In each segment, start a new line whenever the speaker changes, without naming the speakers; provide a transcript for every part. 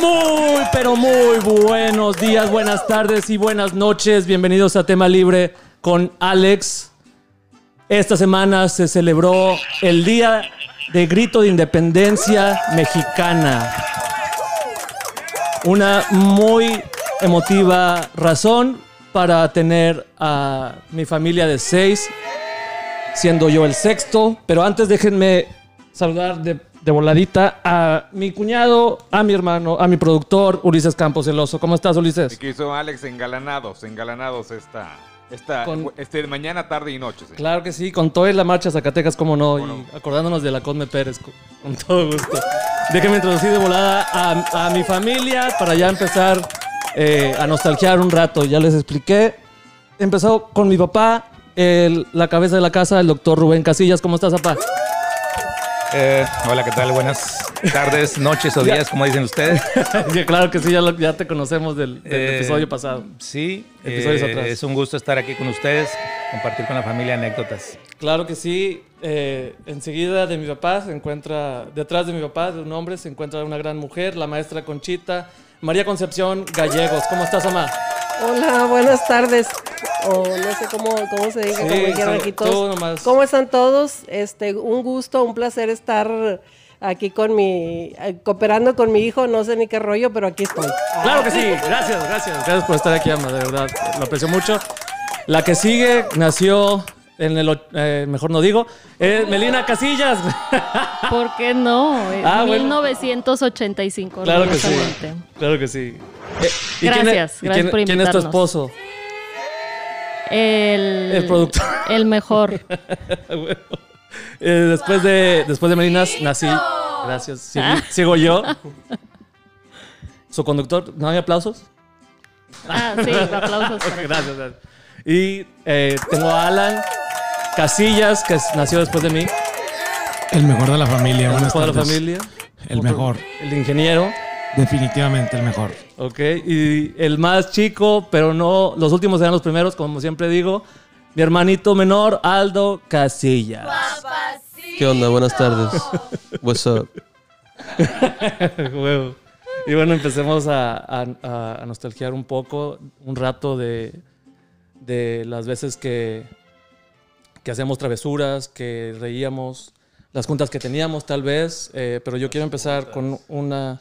Muy, pero muy buenos días, buenas tardes y buenas noches. Bienvenidos a Tema Libre con Alex. Esta semana se celebró el Día de Grito de Independencia Mexicana. Una muy emotiva razón para tener a mi familia de seis, siendo yo el sexto. Pero antes déjenme saludar de, de voladita a mi cuñado, a mi hermano, a mi productor, Ulises Campos el Oso. ¿Cómo estás, Ulises?
Aquí hizo Alex engalanados, engalanados esta, esta,
Con-
este mañana, tarde y noche. señor.
Claro que sí, con toda la marcha Zacatecas, cómo no,
Cómo
y acordándonos de la Cosme Pérez, co- con todo gusto. Déjenme introducir de volada a, a mi familia para ya empezar eh, a nostalgiar un rato. Ya les expliqué. Empezó con mi papá, el- la cabeza de la casa, el doctor Rubén Casillas. ¿Cómo estás, papá?
Eh, hola, ¿qué tal? Buenas tardes, noches o días, como dicen ustedes.
Sí, claro que sí, ya, lo- ya te conocemos del, del
Eh,
episodio pasado.
Sí,
Episodios
eh,
atrás.
es un gusto estar aquí con ustedes, compartir con la familia anécdotas.
Claro que sí. eh, enseguida de mi papá se encuentra, detrás de mi papá, de un hombre, se encuentra una gran mujer, la maestra Conchita, María Concepción Gallegos. ¿Cómo estás, Amá?
Hola, buenas tardes. O no sé cómo, cómo se diga,
Sí,
como dijeron
tú-
aquí
tú
todos.
nomás.
¿Cómo están todos? Este, un gusto, un placer estar aquí con mi, eh, cooperando con mi hijo, no sé ni qué rollo, pero aquí estoy. Ah,
Claro que sí, gracias, gracias. Gracias por estar aquí, Ama, de verdad. Lo aprecio mucho. La que sigue nació en el. och- eh, mejor no digo. eh, Melina Casillas.
¿Por qué no? Eh,
Ah, bueno.
1985.
claro que sí.
orgullosamente.
Claro que sí. Eh, ¿y quién es-
Gracias,
y
gracias
quién-
por
¿Quién es tu
invitarnos.
esposo?
El,
El productor.
El mejor.
Ah, Eh, después, de, después de Melina nací. Gracias. Sigo, sigo yo. Su conductor. ¿No hay aplausos?
Ah, sí, aplausos. para-
Gracias. gracias. Y eh, tengo a Alan Casillas, que es- nació después de mí.
El mejor de la familia,
El
buenas
mejor de la
tardes.
familia.
El
Otro-
mejor.
El ingeniero.
Definitivamente el mejor.
Ok. Y el más chico, pero no. Los últimos eran los primeros, como siempre digo. Mi hermanito menor, Aldo Casillas.
¿Qué onda? Buenas tardes. What's up?
Huevo. Y bueno, empecemos a, a- a- a nostalgiar un poco, un rato de, de las veces que, que hacemos travesuras, que reíamos, las juntas que teníamos tal vez, eh, pero yo quiero empezar con una...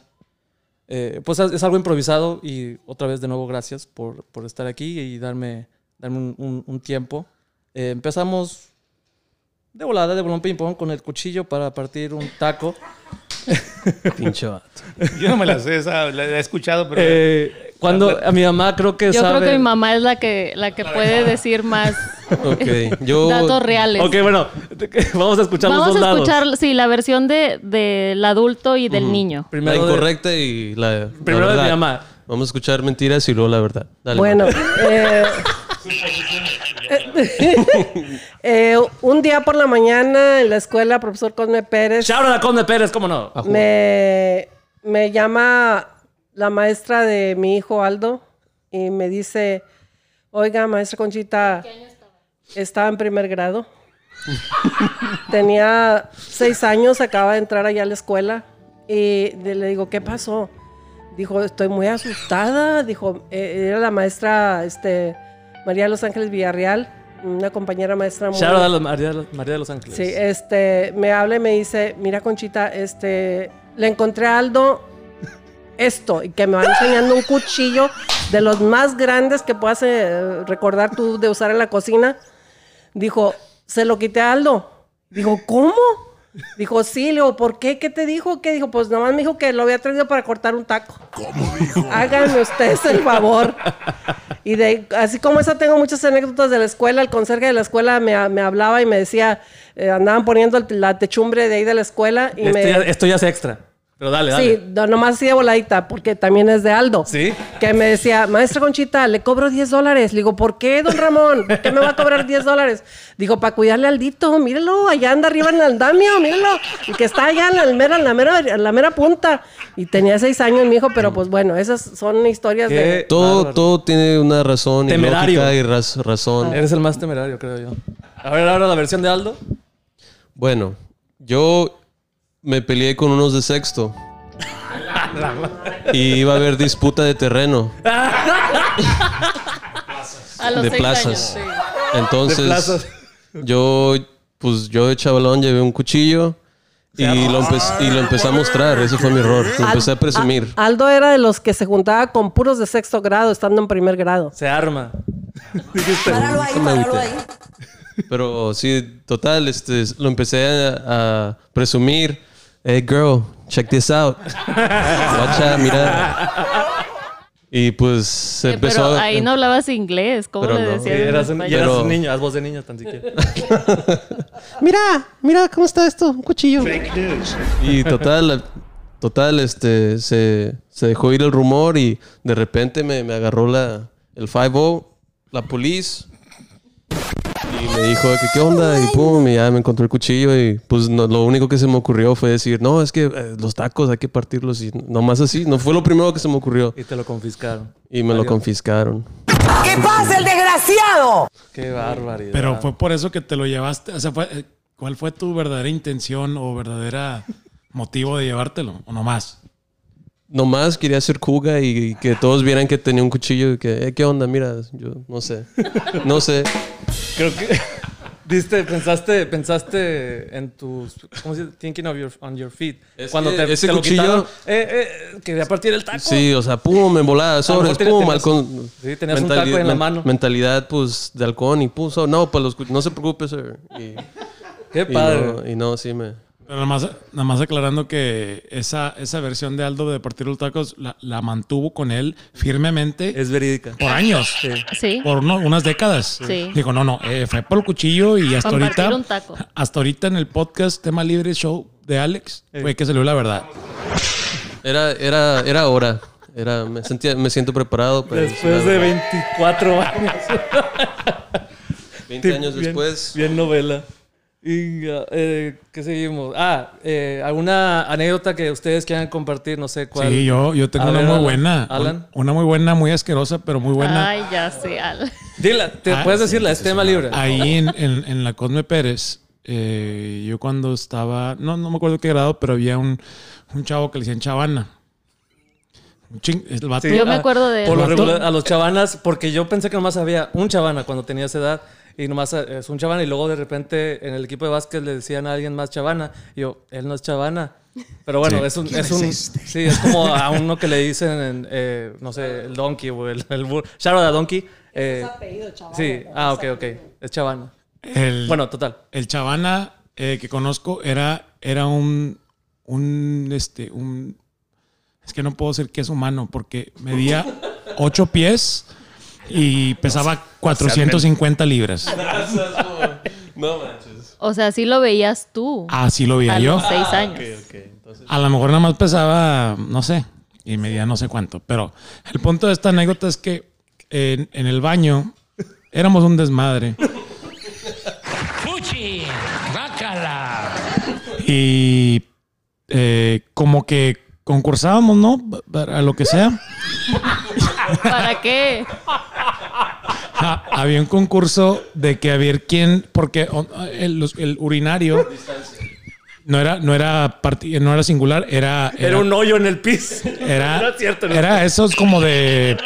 eh, pues es es algo improvisado y otra vez de nuevo gracias por, por estar aquí y darme, darme un, un- un tiempo. Eh, empezamos de volada, de bolón ping-pong con el cuchillo para partir un taco.
Pinche vato.
Yo no me la sé, esa, la, la he escuchado, pero
Eh, cuando a mi mamá creo que
Yo
sabe.
creo que mi mamá es la que, la que puede decir más
Ok. Yo.
datos reales.
Ok, bueno, vamos a escuchar los
Vamos
dos
a
lados.
escuchar, sí, la versión de, del adulto y del niño.
La
Primero de-
incorrecta y la. la
Primero de
verdad.
mi mamá.
Vamos a escuchar mentiras y luego la verdad. Dale.
Bueno, eh, eh, un día por la mañana en la escuela, profesor Cosme Pérez.
Shout out a Conde Pérez, ¿cómo no?
Ah, Me, me llama la maestra de mi hijo Aldo y me dice, oiga, maestra Conchita, estaba en primer grado. Tenía seis años, acaba de entrar allá a la escuela y de- le digo, ¿qué pasó? Dijo, estoy muy asustada. Dijo, "Eh, era la maestra este, María de los Ángeles Villarreal, una compañera maestra muy...
Shout out a la María, María de los Ángeles.
Sí,
eh,
este, me habla y me dice, mira Conchita, este, le encontré a Aldo esto, y que me va enseñando un cuchillo de los más grandes que puedas eh, recordar tú de usar en la cocina. Dijo, se lo quité a Aldo. Digo, ¿cómo? Dijo, sí, le digo, ¿por qué? ¿Qué te dijo? ¿Qué dijo? Pues nomás me dijo que lo había traído para cortar un taco. ¿Cómo dijo? Háganme ustedes el favor. Y de, así como esa tengo muchas anécdotas de la escuela. El conserje de la escuela me, me hablaba y me decía, eh, andaban poniendo el- la techumbre de ahí de la escuela. Y
Esto,
me,
ya, esto ya es extra. Pero dale, dale.
Sí, no- nomás así de voladita, porque también es de Aldo.
Sí.
Que me decía, maestra Conchita, le cobro 10 dólares. Le digo, ¿por qué, don Ramón? ¿Por qué me va a cobrar 10 dólares? Digo, para cuidarle al Dito, mírelo, allá anda arriba en el andamio, mírelo. Y que está allá en la mera, en la mera, en la mera punta. Y tenía 6 años mi hijo, pero pues bueno, esas son historias
Qué
de...
Todo,
bárbaro.
todo tiene una razón y
Temerario.
lógica y raz- razón.
Eres el más temerario, creo yo. A ver, ahora la versión de Aldo.
Bueno, yo me peleé con unos de sexto. Y iba a haber disputa de terreno,
A los
de
seis
plazas.
años,
Entonces,
De plazas.
yo, pues yo de chavalón llevé un cuchillo y lo, empe- y lo empecé a mostrar. Ese fue mi error. Lo
Ah,
empecé a presumir.
A- Aldo era de los que se juntaba con puros de sexto grado estando en primer grado.
Se arma. Dijiste,
Páralo ahí,
Nunca me
páralo ahí.
agüité. Pero sí, total, este, lo empecé a, a presumir. Hey, girl, check this out. Guacha, mira. Y pues se
Eh,
empezó.
Pero ahí no hablabas inglés. ¿Cómo
Pero
le
no.
decías?
y
en
eras, un, y
español?
eras
Pero-
niño, haz voz de niño tan siquiera.
Mira, mira cómo está esto, un cuchillo. Y total, total, este, se, se dejó ir el rumor y de repente me, me agarró la, el 5 la police. Y me dijo que qué onda y pum, y ya me encontró el cuchillo y pues no- lo único que se me ocurrió fue decir, no, es que eh, los tacos hay que partirlos y nomás así, no fue lo primero que se me ocurrió
Y te lo confiscaron.
y me lo confiscaron.
¿Qué pasa, el desgraciado?
Qué barbaridad.
Pero fue por eso que te lo llevaste. O sea, fue- eh, ¿cuál fue tu verdadera intención o verdadera motivo de llevártelo? ¿O nomás?
Nomás quería hacer cuga y, y que todos vieran que tenía un cuchillo y que, eh, ¿qué onda? Mira, yo no sé. No sé.
Creo que. Diste, pensaste, pensaste en tus. ¿Cómo se dice? Thinking of your, on your feet.
Es
Cuando
que
te,
ese
te lo
cuchillo-
quitaron. Eh, eh, quería partir el taco.
Sí, o sea, pum, en volada,
mejor
sobres,
tenías-
pum,
tenías-
halcón.
sí, tenías un taco en la
men-
mano.
Mentalidad, pues, de halcón y pum, so- no, pues, los cu- no se preocupe, sir. Y,
Qué
y
padre.
no, y no, sí me...
Pero nada más, nada más aclarando que esa, esa versión de Aldo de partir los tacos la, la mantuvo con él firmemente
Es verídica.
por años.
Sí.
Por uno- unas décadas.
Sí.
Dijo, no, no, eh, fue por el cuchillo y hasta
Compartir
ahorita.
un taco.
Hasta ahorita en el podcast Tema Libre Show de Alex fue que salió la verdad.
Era, era, era hora. Era, me, sentía, me siento preparado. Para
Después de 24 años.
20 años después.
Bien novela. Y, ah, eh, ¿Qué seguimos? Ah, eh, ¿alguna anécdota que ustedes quieran compartir? No sé cuál.
Sí, yo, yo tengo
A
una
ver,
muy
Alan.
buena.
Alan.
Un- Una muy buena, muy asquerosa, pero muy buena.
Ay, ya sé. Al-
Dila, te
Ah,
puedes
sí,
decirla, es tema libre.
Ahí en, en- en la Cosme Pérez, eh, yo cuando estaba, no, no me acuerdo qué grado, pero había un, un chavo que le decían chavana. Un ching- el vato.
Sí,
Yo me
ah,
acuerdo de
Por
él.
lo
Vato.
regular, a los chavanas, porque yo pensé que nomás había un chavana cuando tenía esa edad. Y nomás eh, es un chavana. Y luego de repente en el equipo de básquet le decían a alguien más chavana. Y yo, él no es chavana. Pero bueno, es un. Es este? un Sí, es como a uno que le dicen, en, eh, no sé, el donkey o el, el burro. Shout out a donkey. Eh, Sí, ah, ok, ok. Es chavana.
el,
Bueno, total.
el chavana eh, que conozco era, era un, un, este, un, es que no puedo decir que es humano porque medía ocho pies y pesaba
¿eh?
450 libras.
No manches.
O sea, sí lo veías tú.
Ah,
Así lo
a
veía yo.
los seis años.
A lo mejor nada más pesaba, no sé, y medía no sé cuánto. Pero el punto de esta anécdota es que en, en el baño éramos un desmadre. Y eh, como que concursábamos, ¿no? Para lo que sea.
¿Para qué?
Ah, había un concurso de que a ver quién, porque oh, el, los- el urinario no era, no era parti- no era singular, era,
Era un hoyo en el piso.
era,
No es cierto, no.
era esos como de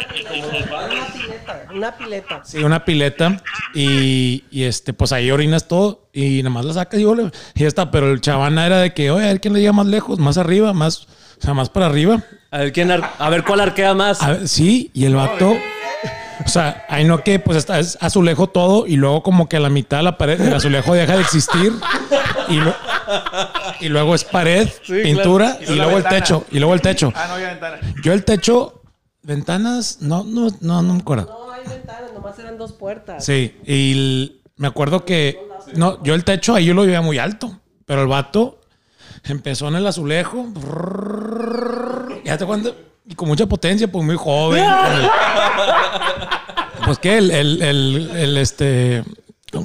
Una pileta, una pileta.
sí, una pileta y, y, este, pues ahí orinas todo y nada más la sacas y ole, y ya está. Pero el chavana era de que, oye, a ver quién le llega más lejos, más arriba, más, o sea, más para arriba.
A ver, ¿quién ar- a ver cuál arquea más.
A ver, sí, y el vato. O sea, ahí no que pues está es azulejo todo y luego como que a la mitad de la pared el azulejo deja de existir y, lo- y luego es pared, pintura
Y
y,
luego la
luego el
ventana.
techo y luego el techo.
Ah, no, ya ventana.
Yo el techo, ventanas, no, no, no, no me acuerdo.
No hay ventanas, nomás eran dos puertas.
Sí, y el- me acuerdo que no, yo el techo ahí yo lo veía muy alto, pero el vato empezó en el azulejo, brrrr, ya te cuento, y con mucha potencia, pues muy joven. con el- pues que el, el, el- el, este,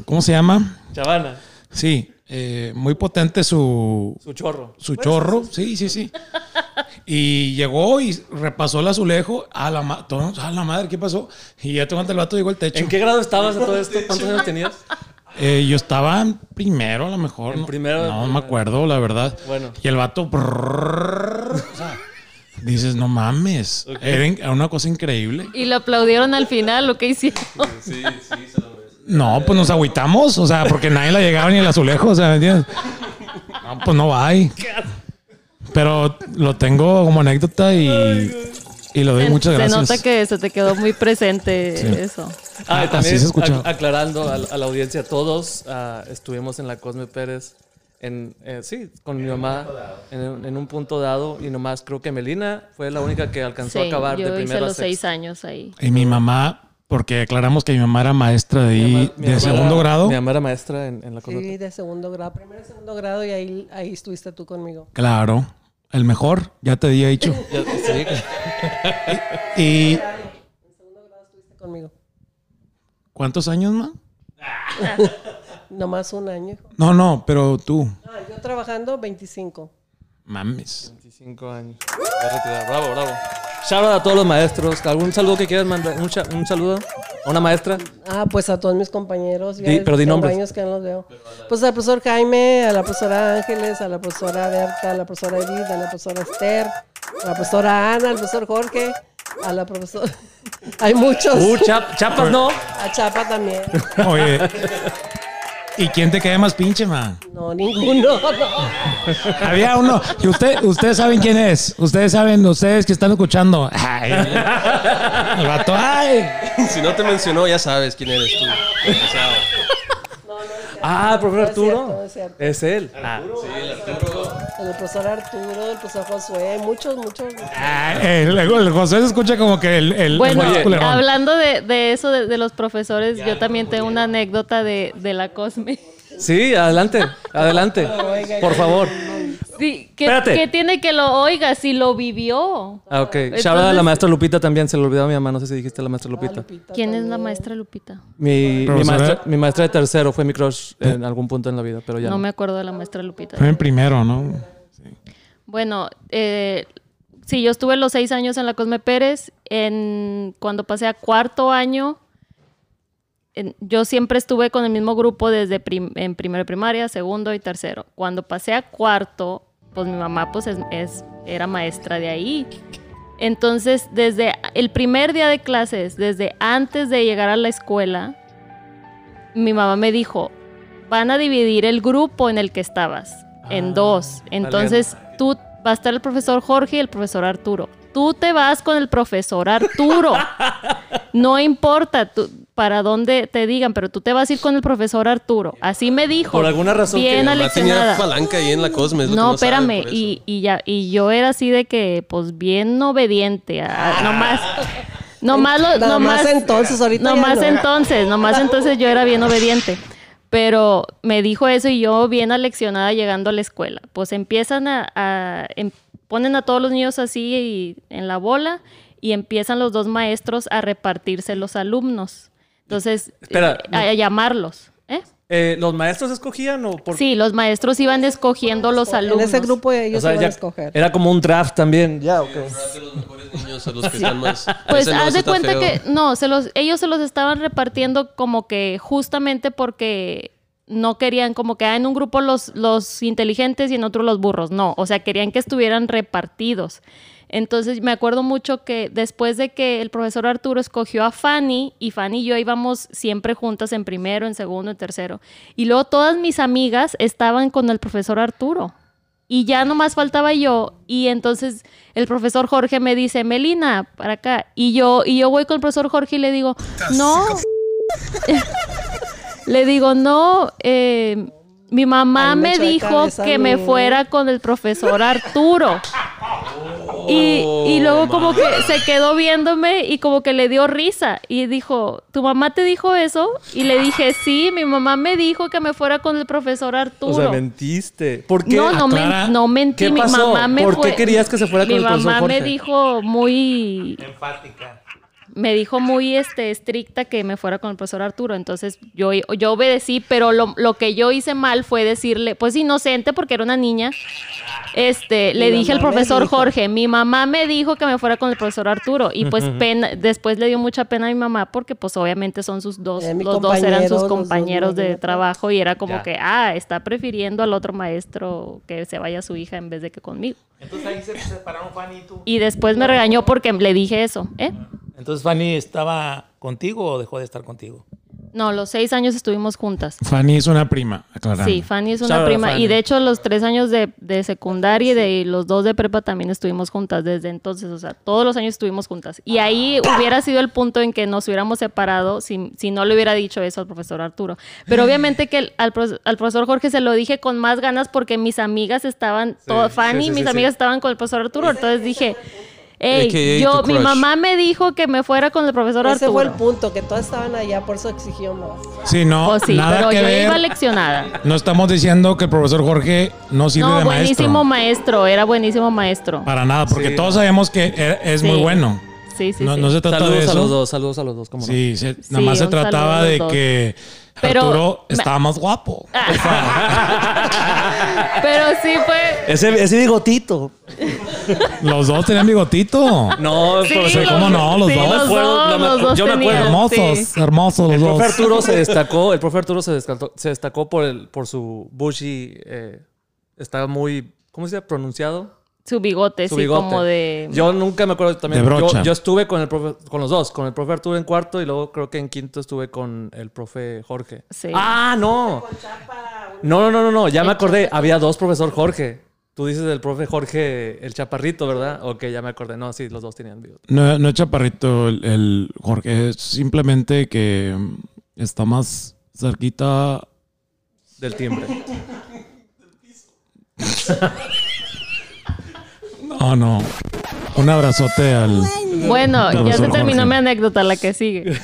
¿cómo se llama?
Chavana,
Sí, eh, muy potente su,
su chorro.
su chorro, sí, sí, sí. Y llegó y repasó el azulejo. A la, ma- todos, a la madre, ¿qué pasó? Y ya te cuenta el vato, llegó el techo.
¿En qué grado estabas en todo esto? ¿Cuántos años tenías?
Eh, yo estaba en primero, a lo mejor.
En
no-
primero,
No,
en
me
primero.
acuerdo, la verdad.
Bueno.
Y el vato. brrrr, o sea, Dices, no mames. Era, in- era una cosa increíble.
Y lo aplaudieron al final, lo que hicieron.
Sí, sí, se lo merece.
No, pues nos agüitamos, o sea, porque nadie la llegaba ni el azulejo, o sea, ¿me entiendes? No, pues no va ahí. Pero lo tengo como anécdota y, y lo doy
Se-
muchas gracias.
Se nota que se te quedó muy presente eso.
Ah,
Ah, y
así
también
se escuchaba.
ac- aclarando a, la- a la audiencia, todos ah, estuvimos en la Cosme Pérez, en, eh, sí, con mi mamá, en, un- en un punto dado, y nomás creo que Melina fue la única que alcanzó
Sí,
a acabar de
yo hice
primera a
los seis
sexta.
años ahí.
Y mi mamá, porque aclaramos que mi mamá era maestra de,
Mi
ahí,
mamá- mi
de
mamá
segundo
era-
grado.
Mi mamá era maestra en, en la Cosme
Sí,
Pérez.
de segundo grado, primero y segundo grado y ahí, ahí estuviste tú conmigo.
Claro, el mejor, ya te había dicho.
Ya- sí.
¿Y
Estuviste conmigo.
cuántos años más?
Nomás un año. hijo.
No, no, pero tú,
Ah, yo trabajando 25.
mames.
25 años. Ya retirado. Bravo, bravo. Shout out a todos los maestros. ¿Algún saludo que quieras mandar? ¿Un, cha- un saludo? ¿A una maestra?
Ah, pues a todos mis compañeros. ya
Di-
es-
pero di
tengo
nombres.
años que no los veo. Pues al profesor Jaime, a la profesora Ángeles, a la profesora Berta, a la profesora Edith, a la profesora Esther, a la profesora Ana, al profesor Jorge, a la profesora... Hay muchos.
Uh, chap- chapas no.
A Chapa también.
Oye, ¿y quién te cae más pinche, man?
No, ninguno. no.
Había uno. Y usted, ustedes saben quién es. Ustedes saben, ustedes que están escuchando. Ay, el vato, ay.
Si no te mencionó, ya sabes quién eres tú. Empezado.
Ah, el profesor
No
Arturo.
es cierto, no
Es él. Ah,
El profesor Arturo, el profesor Josué, muchos, muchos.
Ay, el, el José se escucha como que el. el
Bueno,
el culerón.
hablando de, de eso, de, de los profesores, yo también tengo una anécdota de, de la Cosme.
sí, adelante. Adelante. Por favor.
Sí, ¿qué,
Espérate.
qué tiene que lo oiga si lo vivió?
Ah, ok. Shout out a la
Entonces- Ah,
maestra Lupita también. Se le olvidó a mi mamá. No sé si dijiste la maestra Lupita.
¿Quién es la maestra Lupita?
Mi, mi,
Profesora.
maestra, mi maestra de tercero fue mi crush en algún punto en la vida, pero ya.
No
No
me acuerdo de la maestra Lupita.
Fue en primero, ¿no?
Bueno, eh, sí, yo estuve los seis años en la Cosme Pérez. En, cuando pasé a cuarto año, en- yo siempre estuve con el mismo grupo desde prim- en primero de primaria, segundo y tercero. Cuando pasé a cuarto, pues mi mamá pues es- es, era maestra de ahí. Entonces, desde el primer día de clases, desde antes de llegar a la escuela, mi mamá me dijo, van a dividir el grupo en el que estabas,
Ah,
en dos. Entonces, tú va a estar el profesor Jorge y el profesor Arturo. Tú te vas con el profesor Arturo. No importa tú- para dónde te digan, pero tú te vas a ir con el profesor Arturo. Así me dijo.
Por alguna razón que mi
Bien
mamá
Mamá tenía
aleccionada.
palanca ahí en la Cosme. es lo que
No,
saben
espérame.
por eso.
y, y ya, y yo era así de que, pues bien obediente. a- a- nomás. Nomás lo-
Nada más
nomás-
entonces, ahorita ya
Nomás
no.
entonces, nomás entonces yo era bien obediente. Pero me dijo eso y yo bien aleccionada llegando a la escuela. Pues empiezan a, a- em- ponen a todos los niños así y- en la bola y empiezan los dos maestros a repartirse los alumnos. Entonces,
Espera,
eh, a, a llamarlos. ¿eh?
Eh, ¿Los maestros escogían o por
Sí, los maestros iban escogiendo los
En
alumnos.
ese grupo ellos
O sea,
iban
ya
a escoger.
Era como un draft también. Ya, ok.
de los mejores niños a los que están más.
Pues
Ese no,
haz
ese
de
está
cuenta
feo.
que no, se los, ellos se los estaban repartiendo como que justamente porque no querían como que ah, en un grupo los, los inteligentes y en otro los burros, no, o sea, querían que estuvieran repartidos. Entonces me acuerdo mucho que después de que el profesor Arturo escogió a Fanny y Fanny y yo íbamos siempre juntas en primero, en segundo, en tercero. Y luego todas mis amigas estaban con el profesor Arturo. Y ya nomás faltaba yo. Y entonces el profesor Jorge me dice, Melina, para acá. Y yo, y yo voy con el profesor Jorge y le digo, no. le digo, no, eh, mi mamá
Ay, me
me
echó de
dijo
cabeza,
que
no.
me fuera con el profesor Arturo. Y,
Oh,
y luego como que se quedó viéndome y como que le dio risa y dijo, ¿tu mamá te dijo eso? Y le dije, sí, mi mamá me dijo que me fuera con el profesor Arturo.
O sea, mentiste. ¿Por qué? Ah,
No, no,
Aclara.
men- no mentí.
¿Qué
Mi
pasó?
mamá me
¿Por qué
fue-
querías que se fuera con
mi
el profesor
mamá me
Jorge?
dijo muy...
Empática.
me dijo muy este, estricta que me fuera con el profesor Arturo. Entonces yo, yo obedecí, pero lo, lo que yo hice mal fue decirle, pues inocente porque era una niña, este, le
Mi
dije al
mamá me
profesor
dijo.
Jorge, mi mamá me dijo que me fuera con el profesor Arturo. Y pues pena, después le dio mucha pena a mi mamá porque pues obviamente son sus dos,
Eh, mi
los dos eran
compañero, los
sus
dos
compañeros de
compañeros.
trabajo y era como
Ya.
que, ah, está prefiriendo al otro maestro que se vaya su hija en vez de que conmigo.
Entonces ahí se separaron Fanny y tú.
Y después me regañó porque le dije eso, ¿eh?
Entonces Fanny estaba contigo o dejó de estar contigo.
No, los seis años estuvimos juntas.
Fanny es una prima, aclarando.
Sí, Fanny es una
Shout out a
prima.
Fanny.
Y de hecho, los tres años de, de secundaria y de y los dos de prepa también estuvimos juntas desde entonces. O sea, todos los años estuvimos juntas. Y ahí hubiera sido el punto en que nos hubiéramos separado si, si no le hubiera dicho eso al profesor Arturo. Pero obviamente que el- al, pro- al profesor Jorge se lo dije con más ganas porque mis amigas estaban, todo, Fanny,
sí, sí,
mis
sí.
amigas estaban con el profesor Arturo. Entonces dije.
AKA
Ey, yo,
tu
mi
crush.
mamá me dijo que me fuera con el profesor
Ese
Arturo.
fue el punto, que todas estaban allá, por eso exigió más.
Sí, no,
Pues sí,
nada
pero
que
yo
ver.
iba leccionada.
No estamos diciendo que el profesor Jorge no sirve
No,
de maestro.
buenísimo maestro. era buenísimo maestro.
Ah,
Para nada, porque
Sí.
todos sabemos que e- es
Sí.
muy bueno.
Sí, sí,
no,
sí.
no se trata de
Saludos
eso.
a los dos, saludos a los dos. ¿cómo no?
Sí, se-
Sí,
nada más se
un saludo a
trataba
los
de
dos.
que
Pero-
Arturo
me- Ah.
estaba más guapo.
Pero sí fue.
Ese, ese bigotito.
los dos tenían bigotito.
No,
Sí,
profesor,
sé cómo no, los dos
fueron- la ma-
los dos
yo me acuerdo.
tenían,
hermosos,
sí.
hermosos los
El
dos.
profe Arturo se destacó, el profe Arturo se descaltó- se destacó por, el, por su bushy, eh, estaba muy, ¿cómo se llama? Pronunciado.
Su bigote,
Su
sí,
bigote.
como de.
Yo nunca me acuerdo también.
De brocha.
Yo, yo estuve con el profe, con los dos, con el profe Arturo en cuarto y luego creo que en quinto estuve con el profe Jorge.
Sí.
Ah, no. No, no, no, no, no, ya me acordé. Había dos profesor Jorge. Tú dices del profe Jorge, el chaparrito, ¿verdad? Ok, ya me acordé. No, sí, los dos tenían bigote.
No, no es chaparrito el, el Jorge, es simplemente que mm, está más cerquita.
del timbre.
No, no. Un abrazote al.
bueno, ya
Profesor
se terminó
Jorge.
mi anécdota, la que sigue.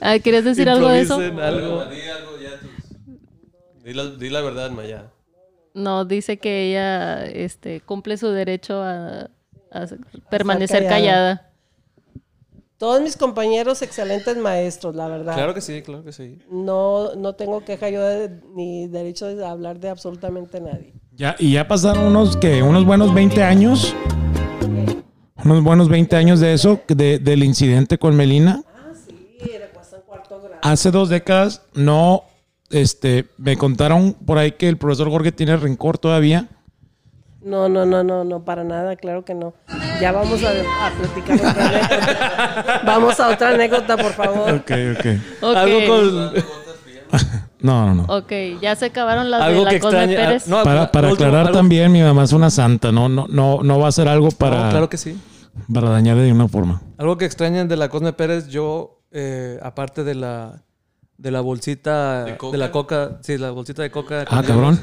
Ah, ¿Querías decir algo de eso?
Improvisen algo.
Di algo ya, tú. Di la, di la verdad, Maya.
No, dice que ella este, cumple su derecho a, a permanecer
callada.
callada.
Todos mis compañeros, excelentes maestros, la verdad.
Claro que sí, claro que sí.
No, no tengo queja yo de- ni derecho de hablar de absolutamente nadie.
Ya, y ya pasaron unos que unos buenos 20 años. Unos buenos 20 años de eso, de- del incidente con Melina.
Ah,
Hace dos décadas no, este, me contaron por ahí que el profesor Jorge tiene rencor todavía.
No, no, no, no, no, para nada, claro que no. Ya vamos a, a platicar otra anécdota. Vamos a otra anécdota, por favor.
Ok, ok.
Ok.
Algo con
No, no, no.
Ok, ya se acabaron las
algo
de
que
la Cosme
extraña.
Pérez.
ah, no,
Para,
lo
para
último,
aclarar
algo-
también, mi mamá es una santa, no, no, no, no va a hacer algo para,
No, claro que sí.
para dañarle de una forma.
Algo que extrañan de la Cosme Pérez, yo, eh, aparte de la, de la bolsita de, la coca, sí, la bolsita de coca.
Ah, cabrón.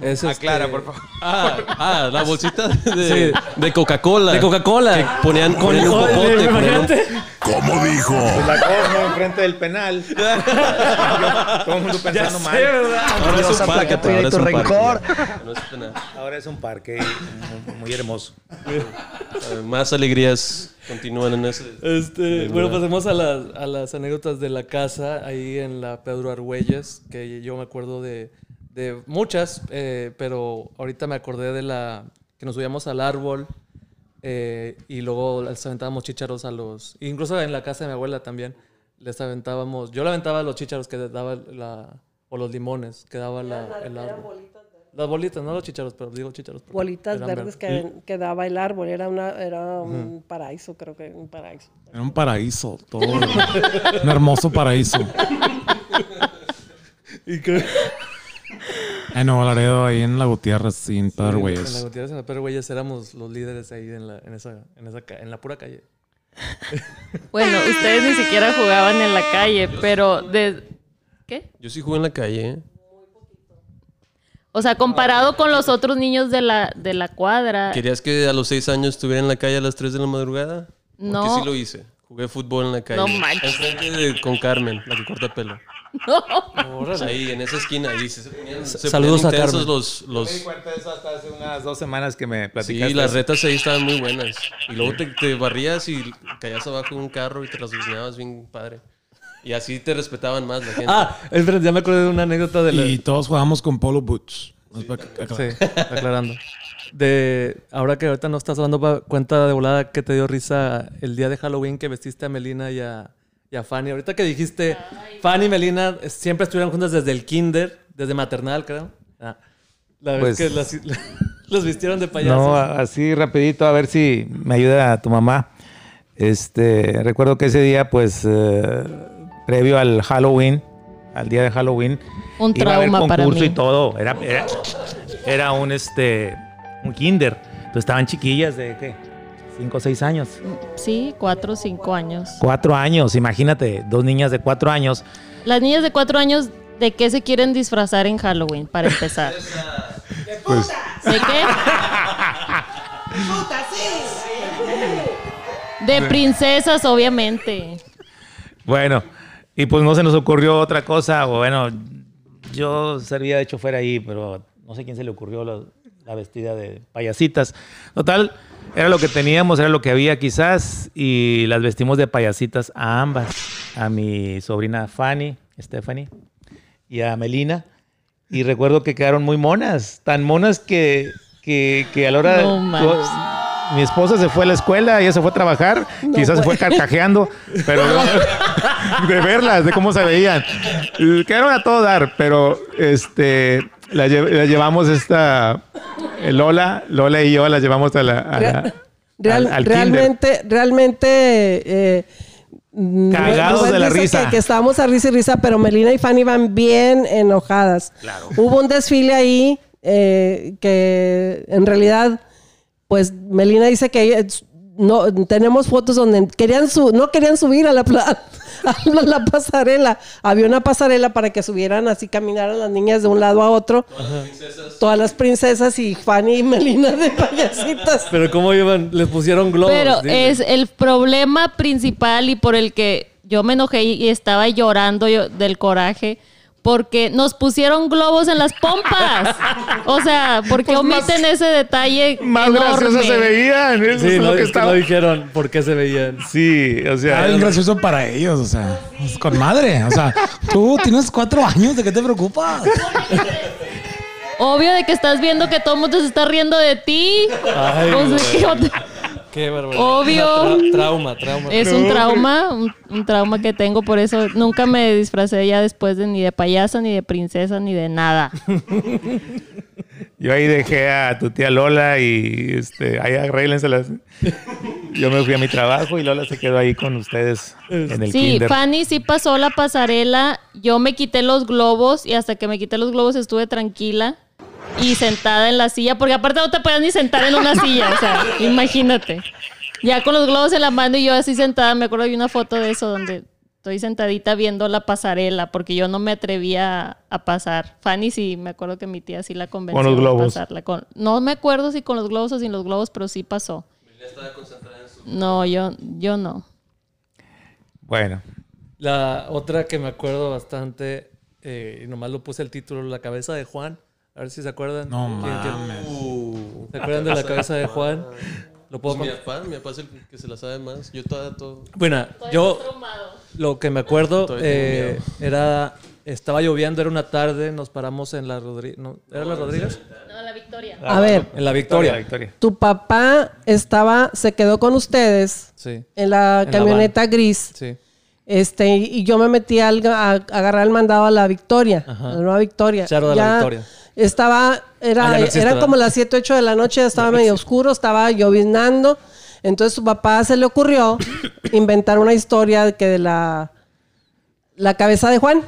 Es este-
Aclara, por favor.
Ah, ah, la bolsita de, de Coca-Cola.
De Coca-Cola.
Que ponían, ponían un
Oye,
popote. ponían un-
imagínate.
Pues La cosa enfrente del penal. Todo el mundo pensando mal.
Ahora es un parque. Ahora es un parque. No es penal.
Ahora es un parque muy, muy hermoso.
Eh, Más alegrías continúan en ese.
Este, bueno, pasemos a las, a las anécdotas de la casa ahí en la Pedro Argüelles, que yo me acuerdo de, de muchas, eh, pero ahorita me acordé de la que nos subíamos al árbol eh, y luego les aventábamos chícharos a los, incluso en la casa de mi abuela también, les aventábamos, yo le aventaba los chícharos que daba la, o los limones que daba la, el árbol. Las bolitas, no los chícharos, pero digo chícharos. porque
Bolitas
eran
verdes que, que daba el árbol, era, una, era un paraíso, creo que un paraíso.
Era un paraíso, todo. un hermoso paraíso.
¿Y qué?
En Nuevo Laredo, ahí en la Gutiérrez, sin
Sí,
poder,
en-
güey.
En la Gutiérrez, en la Pedro Güeyes éramos los líderes ahí en la, en esa, en esa ca- en la pura calle.
Bueno, ustedes ni siquiera jugaban en la calle, pero de ¿qué?
Yo sí jugué en la calle. ¿eh?
O sea, comparado con los otros niños de la, de la cuadra.
¿Querías que a los seis años estuviera en la calle a las 3 de la madrugada? Porque
No.
sí lo hice. Jugué fútbol en la calle.
No manches.
Enfrente de- con Carmen, la que corta pelo. Ahí, en esa esquina. ahí se, se ponían, se
Saludos
ponían
a
intensos
Carmen. pues,
los, los-
Me di cuenta de eso hasta hace unas dos semanas que me platicaste.
Sí, las retas ahí estaban muy buenas. Y luego te, te barrías y caías abajo de un carro y te las guiñabas bien padre. Y así te respetaban más la gente.
Ah, espera, ya me acordé de una anécdota de la...
Y todos jugamos con polo boots. Más para que-
Sí, aclarando. De, ahora que ahorita no estás dando pa- cuenta de volada que te dio risa el día de Halloween que vestiste a Melina y a, y a Fanny. Ahorita que dijiste, Fanny y Melina eh, siempre estuvieron juntas desde el kinder, desde maternal, creo. Ah, la vez
Pues-
que las, los vistieron de payasos.
No, ah. a- así rapidito, a ver si me ayuda tu mamá. Este, recuerdo que ese día, pues, eh, previo al Halloween, al día de Halloween,
Un
iba a haber
trauma para
concurso
mí.
y todo. Era, era, era un, este, un kinder. Entonces estaban chiquillas de, ¿qué? Cinco o seis años.
Sí, cuatro o cinco años.
Cuatro años, imagínate, dos niñas de cuatro años.
Las niñas de cuatro años, ¿de qué se quieren disfrazar en Halloween? Para empezar.
Pues,
¿De qué? De princesas, obviamente.
Bueno, y pues no se nos ocurrió otra cosa. Bueno, yo servía de chofer ahí, pero no sé quién se le ocurrió la, la vestida de payasitas. Total, era lo que teníamos, era lo que había quizás, y las vestimos de payasitas a ambas, a mi sobrina Fanny, Stephanie, y a Melina. Y recuerdo que quedaron muy monas, tan monas que, que, que a la hora de...
No manches.
mi esposa se fue a la escuela, ella se fue a trabajar, quizás se fue carcajeando, pero de verlas, de cómo se veían. Quedaron a todo dar, pero este la, lle- la llevamos esta eh, Lola, Lola y yo la llevamos a la, a la-
Real-
al- al kinder.
realmente, realmente. eh, mm,
Cagados
Rubén
de la
dice
risa.
Que, que estábamos a risa y risa, pero Melina y Fanny van bien enojadas. Hubo un desfile ahí eh, que en realidad, pues Melina dice que ella- no tenemos fotos donde querían su- no querían subir a la, pla- a la- la pasarela. Había una pasarela para que subieran así, caminaran las niñas de un lado a otro. Todas las princesas y Fanny y Melina de payasitas.
Pero cómo iban, les pusieron globos.
Pero
dile.
es el problema principal y por el que yo me enojé y estaba llorando yo del coraje. Porque nos pusieron globos en las pompas. O sea, porque omiten ese detalle?
Pues Más graciosas
enorme?
se veían, eso
Sí,
es
no,
lo que
es que
estaba.
no dijeron por qué se veían.
Sí, o sea,
Está Ah, bien gracioso para ellos, o sea, es con madre. O sea, tú tienes cuatro años, ¿de qué te preocupas?
Obvio de que estás viendo que todo el mundo se está riendo de ti.
Ay,
Pues, ¿qué onda?
Qué barbaridad.
Obvio.
Una tra- trauma, trauma.
Es un trauma, un, un trauma que tengo, por eso nunca me disfracé ya después de ni de payasa, ni de princesa, ni de nada.
yo ahí dejé a tu tía Lola y este, ahí arréglenselas. Yo me fui a mi trabajo y Lola se quedó ahí con ustedes en el
sí,
kinder.
Fanny sí pasó la pasarela, yo me quité los globos y hasta que me quité los globos estuve tranquila y sentada en la silla, porque aparte no te puedes ni sentar en una silla, o sea, imagínate. Ya con los globos en la mano y yo así sentada, me acuerdo de una foto de eso donde estoy sentadita viendo la pasarela, porque yo no me atrevía a pasar. Fanny sí, me acuerdo que mi tía sí la convenció
los
de
globos.
pasarla. Con, no me acuerdo si con los globos o sin los globos, pero sí pasó. No, yo, yo no.
Bueno,
La otra que me acuerdo bastante, eh, y nomás lo puse el título, La cabeza de Juan. A ver si se acuerdan.
No
¿Quién- quién-
mames.
¿Se acuerdan de la cabeza de Juan? Lo puedo
Pues mi
contar?
papá, mi papá es el que se la sabe más. Yo todavía todo.
Bueno, yo lo que me acuerdo
Todavía tengo
eh, era. Estaba lloviendo, era una tarde, nos paramos en la Rodríguez. ¿Era la Rodríguez?
No, la victoria.
A ver,
En la
Victoria,
Victoria.
Victoria.
tu papá estaba, se quedó con ustedes
Sí,
en la
En la
camioneta gris.
sí.
Este, y y yo me metí al- a, a agarrar el mandado a la Victoria, a la nueva Victoria.
Charro de la Victoria.
Estaba,
Ah,
era,
ya no existe,
era
¿verdad?
como las 7, 8 de la noche, estaba medio oscuro, estaba lloviznando. Entonces su papá se le ocurrió inventar una historia de que de la, la cabeza de Juan.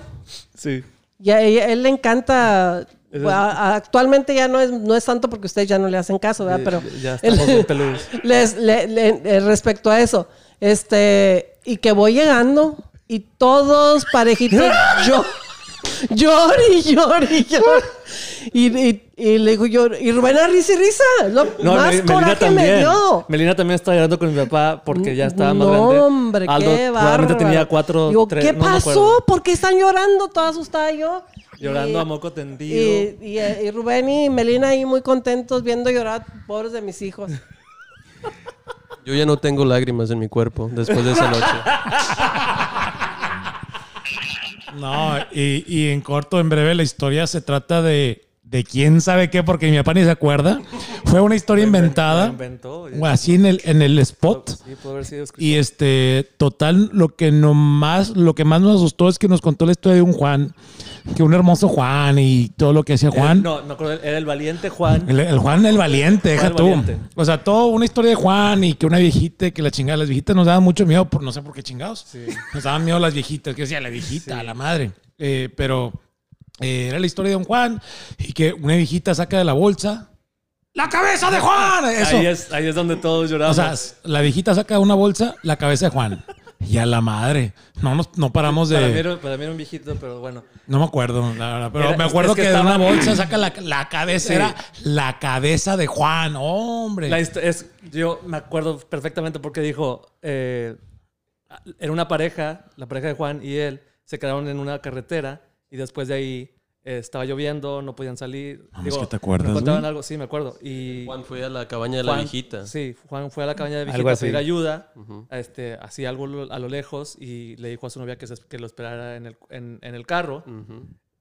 Sí.
Y a ella- él le encanta.
Eso es-
a- a- actualmente ya no es, no es tanto porque ustedes ya no le hacen caso, ¿verdad?
Ya-
Pero
ya estamos bien peludos.
les- le- le- eh, respecto a eso, este, y que voy llegando y todos parejitos, yo, llore y llore y llore. Y, y- y le digo yo, y Rubén a risa y risa. Lo
No,
más
Mel- Melina
coraje me
también.
dio.
Melina también estaba llorando con mi papá porque ya estaba más
no,
grande.
hombre,
Aldo
qué
probablemente
bárbaro.
tenía cuatro,
Digo,
tres,
¿qué
no me acuerdo.
pasó? ¿Por qué están llorando? Toda asustada yo.
Llorando
Y-
a moco tendido.
Y, y- y Rubén y Melina ahí muy contentos viendo llorar pobres de mis hijos.
Yo ya no tengo lágrimas en mi cuerpo después de esa noche.
No, y, y en corto, en breve, la historia se trata de, de quién sabe qué, porque mi papá ni se acuerda. Fue una historia inventada.
inventó, ya.
o así en el, en el spot.
Sí, pudo haber sido escrito.
Y este, total, lo que nomás, lo que más nos asustó es que nos contó la historia de un Juan, que un hermoso Juan y todo lo que hacía Juan.
Él- no, no, acuerdo, era el valiente Juan.
El, el Juan el Valiente, deja
el
tú.
Valiente.
O sea, todo una historia de Juan y que una viejita, que la chingada, las viejitas nos daban mucho miedo, por, no sé por qué chingados. Nos daban miedo las viejitas, que decía la viejita, la madre. Eh, pero eh, era la historia de un Juan y que una viejita saca de la bolsa la cabeza de Juan. Eso.
Ahí es, ahí es donde todos
O
lloramos.
sea, la viejita saca de una bolsa la cabeza de Juan. Y a la madre. No, nos, no paramos
para, mí
de...
era, para mí era un viejito, pero bueno.
No me acuerdo, la verdad. Pero
Era-
me
es-
acuerdo
es que
que, de
estaba-
una bolsa saca la, la cabeza.
Sí.
Era la cabeza de Juan. Hombre.
La histo- es, yo me acuerdo perfectamente porque dijo, eh, era una pareja, la pareja de Juan y él, se quedaron en una carretera y después de ahí eh, estaba lloviendo, no podían salir.
Vamos, que te acuerdas,
me contaban
güey.
algo, sí, me acuerdo. Y
Juan fue a la cabaña de la
Juan-
viejita.
Sí, Juan fue a la cabaña de
Algo
viejita a pedir
así.
ayuda, a este, así algo lo- a lo lejos y le dijo a su novia que, se- que lo esperara en el, en, en el carro.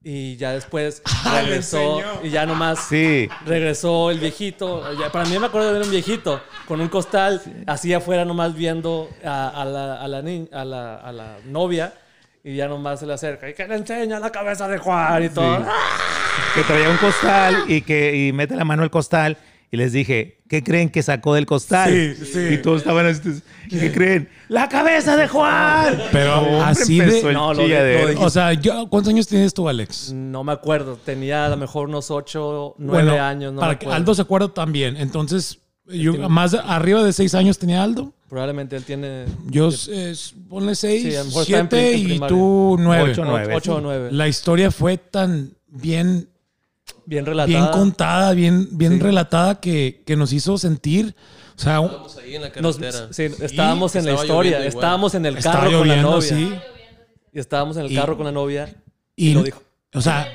Y ya después regresó y ya nomás
Sí.
regresó el viejito. Ya, Para mí me acuerdo de ver un viejito con un costal así afuera nomás viendo a, a la, a, la ni- a, la, a la novia y ya nomás se le acerca y que le enseña la cabeza de Juan y todo.
que traía un costal y que y mete la mano al costal y les dije, ¿qué creen que sacó del costal?
Sí, sí.
Y todos estaban así, ¿qué creen? ¡La cabeza de Juan!
Pero
Hombre,
así de-
empezó el
No, lo de-
chilladero.
lo de-
o sea, yo- ¿cuántos años tienes tú, Alex?
No me acuerdo, tenía a lo mejor unos 8, 9 años. No
para
me
que
acuerdo. Este
Aldo se acuerda también. Entonces, yo más de- arriba de seis años tenía Aldo.
Probablemente él tiene
Yo, eh, ponle
Sí,
seis,
a lo mejor estaba en
siete
prim- en
y
primaria.
tú nueve.
Ocho, nueve.
8 o 9.
La historia fue tan bien
bien relatada.
bien contada, bien, bien relatada que, que nos hizo sentir. O sea, un-
Estábamos ahí en la
Nos-
carretera.
sí, estábamos en la
estaba
historia,
lloviendo igual.
estábamos en el
estaba
carro con la
lloviendo
novia.
así.
Y estábamos en el
Y-
carro con la novia.
Y,
lo dijo.
O sea,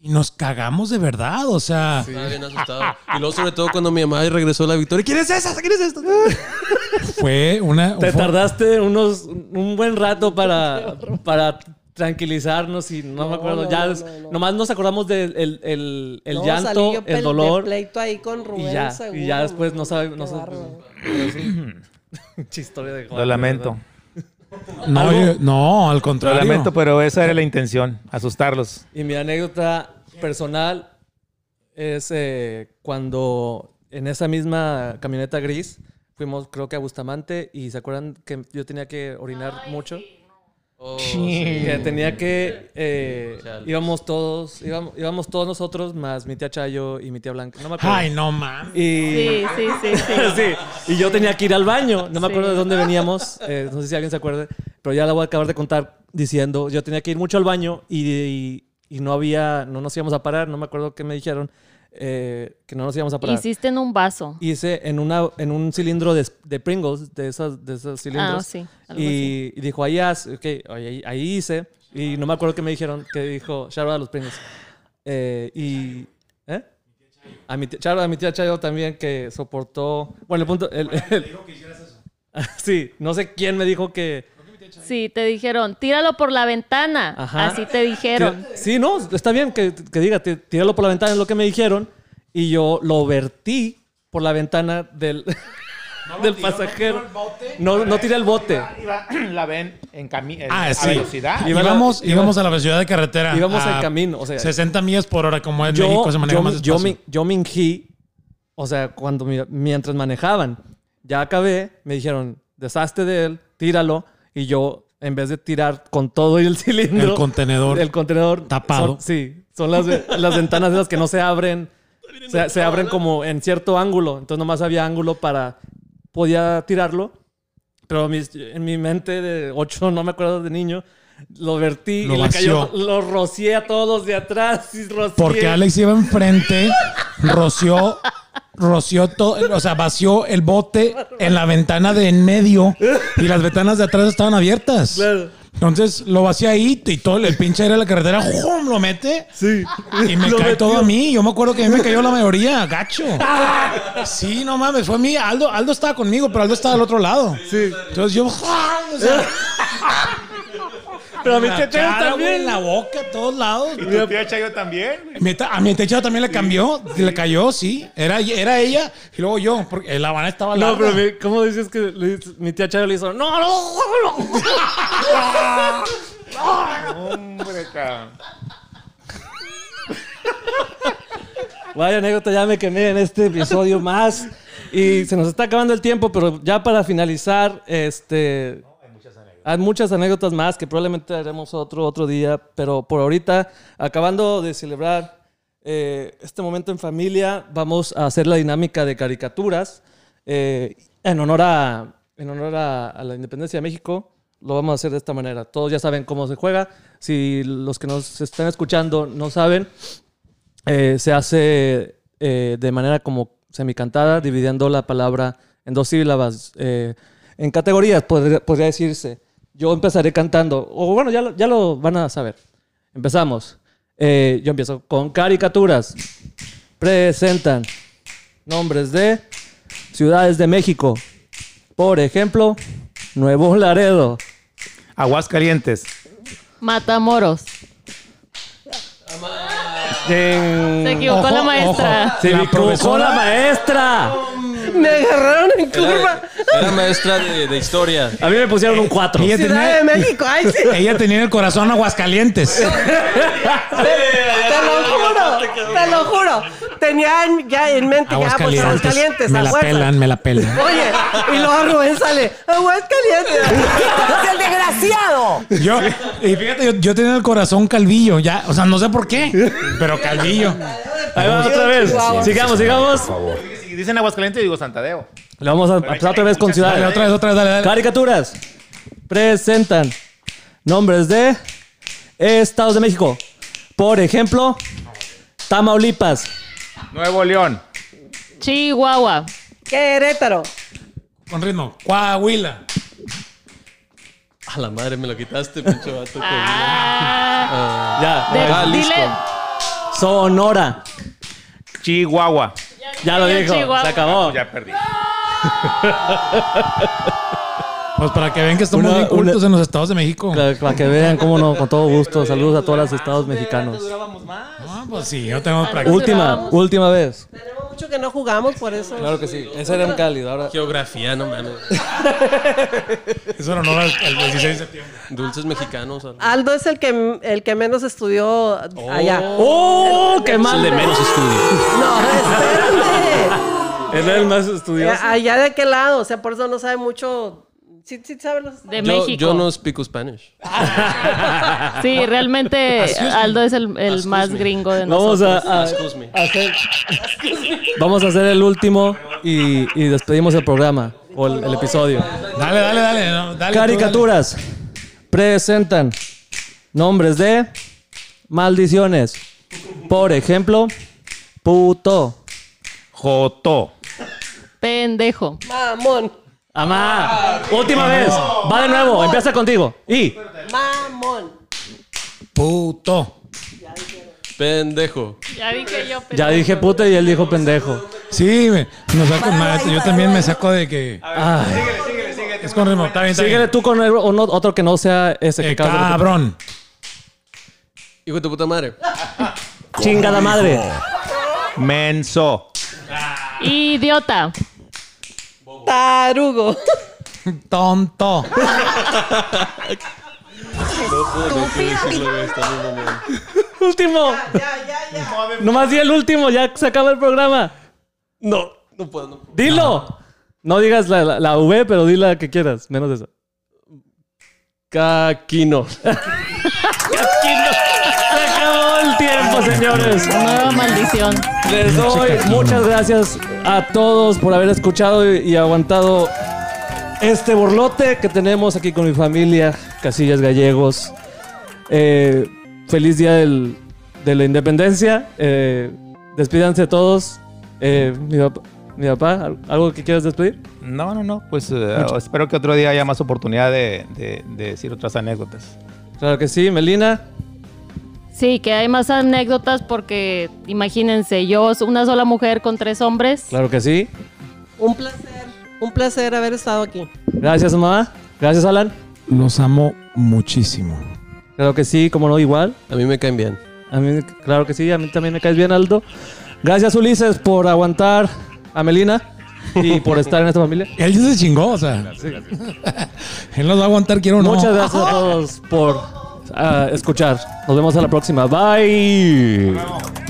y nos cagamos de verdad. O sea,
Estaba bien asustado. Y luego, sobre todo, cuando mi mamá regresó a la victoria. ¿Quién es esa? ¿Quién es esta?
fue una.
Te
fue-
tardaste unos un buen rato para para tranquilizarnos y no, me acuerdo
no,
ya
no,
es-
no, no.
nomás nos acordamos del el, el, el
No, salí yo
llanto,
pel- de
el dolor
pleito ahí con Rubén,
y ya
seguro,
y ya después no
qué
sabemos
bárbaro.
historia de Juan,
Lo lamento.
¿verdad?
No,
Algo- pues.
yo- no, al
Lo
contrario.
lamento, pero esa era la intención, asustarlos.
Y mi anécdota personal es eh, cuando en esa misma camioneta gris fuimos creo que a Bustamante y se acuerdan que yo tenía que orinar mucho.
Oh, sí.
Que tenía que. eh,
Chale.
íbamos todos, íbamos, íbamos todos nosotros, más mi tía Chayo y mi tía Blanca. No me acuerdo.
Ay, no mames.
Y,
Sí, sí, sí, sí.
sí, y yo tenía que ir al baño. No me
Sí.
acuerdo de dónde veníamos. eh, no sé si alguien se acuerde. Pero ya la voy a acabar de contar diciendo: yo tenía que ir mucho al baño y, y- y no había. No nos íbamos a parar. No me acuerdo qué me dijeron. eh, que no nos íbamos a parar.
Hiciste en un vaso.
Hice en, una, en un cilindro de, de Pringles, de, esas, de esos cilindros.
Ah, sí, algo
Y, y dijo, ahí haz, ok, ahí, ahí hice. Y no me acuerdo qué me dijeron, que dijo, Charo a los Pringles. Eh, y. ¿Eh? A mi tía, Charo, a mi tía Chayo también, que soportó. Bueno, el punto. El, dijo que hicieras eso. sí, no sé quién me dijo que.
Sí, te dijeron, tíralo por la ventana.
Ajá.
Así te dijeron.
Tira- sí, no, está bien que, que diga, tí- tíralo por la ventana, es lo que me dijeron. Y yo lo vertí por la ventana del, del pasajero. No, no tiré el bote.
la ven en camino
Ah, sí.
Y-
Íbamos,
Iba-
íbamos a la velocidad de carretera.
Íbamos
a
al camino, o sea-
60 millas por hora, como en
Yo,
México se maneja
yo,
más
me- yo,
despacio.
me, yo me ingí, o sea, cuando, mi- mientras manejaban. Ya acabé, me dijeron, deshazte de él, tíralo. Y yo, en vez de tirar con todo y el cilindro.
El contenedor.
El contenedor.
Tapado.
son- sí, son las, ve- las ventanas esas que no se abren. Se, se abren como en cierto ángulo. Entonces nomás había ángulo para... Podía tirarlo. Pero mis- en mi mente de 8, no me acuerdo de niño, Lo vertí
Lo
y le cayó.
vació.
Lo rocié a todos los de atrás. Y rocié.
Porque Alex iba enfrente, roció, roció todo, o sea, vació el bote en la ventana de en medio y las ventanas de atrás estaban abiertas.
Claro.
Entonces lo vacía ahí y todo el pinche aire de la carretera, ¡jum! lo mete
Sí.
y me
Lo
cae
metió.
todo a mí. Yo me acuerdo que a mí me cayó la mayoría, gacho. Sí, no mames, fue a mí. Aldo, Aldo estaba conmigo, pero Aldo estaba al otro lado.
Sí.
Entonces yo, ¡ah! o sea,
Pero a mi
en la
teteo
cara, güey,
también.
en la boca, a todos lados.
Mira,
Chayo también.
Mi ta- A mi techado también le cambió, le cayó, sí. Era, era ella y luego yo, porque la habana estaba
No,
larga.
pero mi- ¿cómo dices que le hizo- mi tía Charo le hizo? No, no, no, no".
Hombre, cabrón.
Vaya anécdota, ya me quemé en este episodio más. Y se nos está acabando el tiempo, pero ya para finalizar, este. Hay muchas anécdotas más que probablemente haremos otro, otro día, pero por ahorita, acabando de celebrar eh, este momento en familia, vamos a hacer la dinámica de caricaturas eh, en honor, a, en honor a, a la independencia de México. Lo vamos a hacer de esta manera. Todos ya saben cómo se juega. Si los que nos están escuchando no saben, eh, se hace eh, de manera como semicantada, dividiendo la palabra en dos sílabas. eh, en categorías, podría, podría decirse. Yo empezaré cantando, o bueno, ya lo, ya lo van a saber. Empezamos. Eh, yo empiezo con caricaturas. Presentan nombres de ciudades de México. Por ejemplo, Nuevo Laredo.
Aguascalientes.
Matamoros. Se equivocó
Ojo,
la maestra.
ojo.
Se
La
me equivocó
profesora-
la maestra.
Me agarraron en curva.
Era, era maestra de, de historia.
A mí me pusieron un 4.
Ella
Ciudad de
tenía,
México. Ay, sí.
ella tenía en el corazón aguascalientes.
"Ah, Te lo juro. Te lo juro. Tenían ya en mente ya pues Aguascalientes.
Me
a
la
fuerza.
pelan, me la pelan.
Oye, y luego Rubén sale. Aguascalientes.
¿Qué pasa el desgraciado?
Yo, y fíjate, yo, yo tenía en el corazón calvillo, ya. O sea, no sé por qué, pero calvillo.
Ahí va otra vez. Sigamos, sigamos.
Si dicen Aguascalientes, digo Santadeo.
Le vamos a a empezar otra vez con
Dale,
ciudades.
otra vez, otra vez, dale, dale.
Caricaturas. Presentan nombres de estados de México. Por ejemplo, Tamaulipas,
Nuevo León.
Chihuahua.
Querétaro.
Con ritmo. Coahuila.
A la madre me lo quitaste, pinche vato.
Ah,
ya.
de-
Jalisco.
dile-
Sonora,
Chihuahua.
ya lo dijo,
Chihuahua.
se acabó.
Ya perdí.
Pues para que vean que estamos
Una-
bien cultos
una-
en los estados de México.
Claro, Para que vean cómo no, con todo gusto. Saludos a todos los estados mexicanos.
No, pues sí, yo tengo práctica.
Última, última vez.
Tenemos mucho que no jugamos, por eso.
Claro que sí. Ese era un cálido. Ahora,
Geografía, no mames.
Eso en honor al, al 16 de septiembre.
Dulces mexicanos. algo.
Aldo es el que, el que menos estudió allá.
¡Oh! ¡Qué
Es el
mal!
de menos estudio.
No, espérame.
Él es el más estudioso.
allá de aquel lado, o sea, por eso no sabe mucho. Sí, sí sabe los.
De
Yo,
México.
yo no speak Spanish.
Sí, realmente Aldo es el, el
Excuse
más
me.
gringo de nosotros.
Vamos a, a-
Excuse me.
a hacer, vamos a hacer el último y, y despedimos el programa o el, el episodio.
Dale, dale, dale. no, dale tú,
Caricaturas presentan nombres de maldiciones. Por ejemplo, puto.
Joto.
Pendejo.
Mamón.
Amá. Última vez. Va de nuevo. Empieza contigo. Y
Mamón.
dale. Puto.
Pendejo.
Ya dije yo,
ya dije puto y él dijo pendejo.
Sí, me, nos saco mal. Yo también me saco de que.
Ah.
Síguele, síguele, síguele.
Es con ritmo. Está bien, está bien.
Síguele tú con el- uno- otro que no sea ese que
Eh,
acabas de repetir.
cabrón.
Hijo de tu puta madre.
Chingada madre.
Menso.
Idiota.
Tarugo.
Tonto.
Último.
Ya, ya, ya.
Nomás di el último. Ya se acaba el programa.
No, no puedo. No. puedo.
Dilo. No, digas la, la, la V, pero di la que quieras, menos esa.
Caquino.
Se acabó el tiempo, señores.
Nueva maldición.
Les doy muchas gracias a todos por haber escuchado y, y aguantado este borlote que tenemos aquí con mi familia, Casillas Gallegos. Eh, feliz día del- de la independencia. Eh, despídanse todos. Eh, mi, papá, mi papá, ¿al- ¿algo que quieras despedir?
No, no, no. Pues eh, espero que otro día haya más oportunidad de, de- de decir otras anécdotas.
Claro que sí, Melina.
Sí, que hay más anécdotas porque imagínense, yo soy una sola mujer con tres hombres.
Claro que sí.
Un placer, un placer haber estado aquí.
Gracias, mamá. Gracias, Alan.
Los amo muchísimo.
Claro que sí, como no, igual.
A mí me caen bien.
A mí, claro que sí, a mí también me caes bien, Aldo. Gracias, Ulises, por aguantar a Melina y por estar en esta familia.
Él ya se chingó, o sea. Él nos va a aguantar, quiero o no.
Muchas gracias a todos por ah, escuchar. Nos vemos a la próxima. Bye.
No.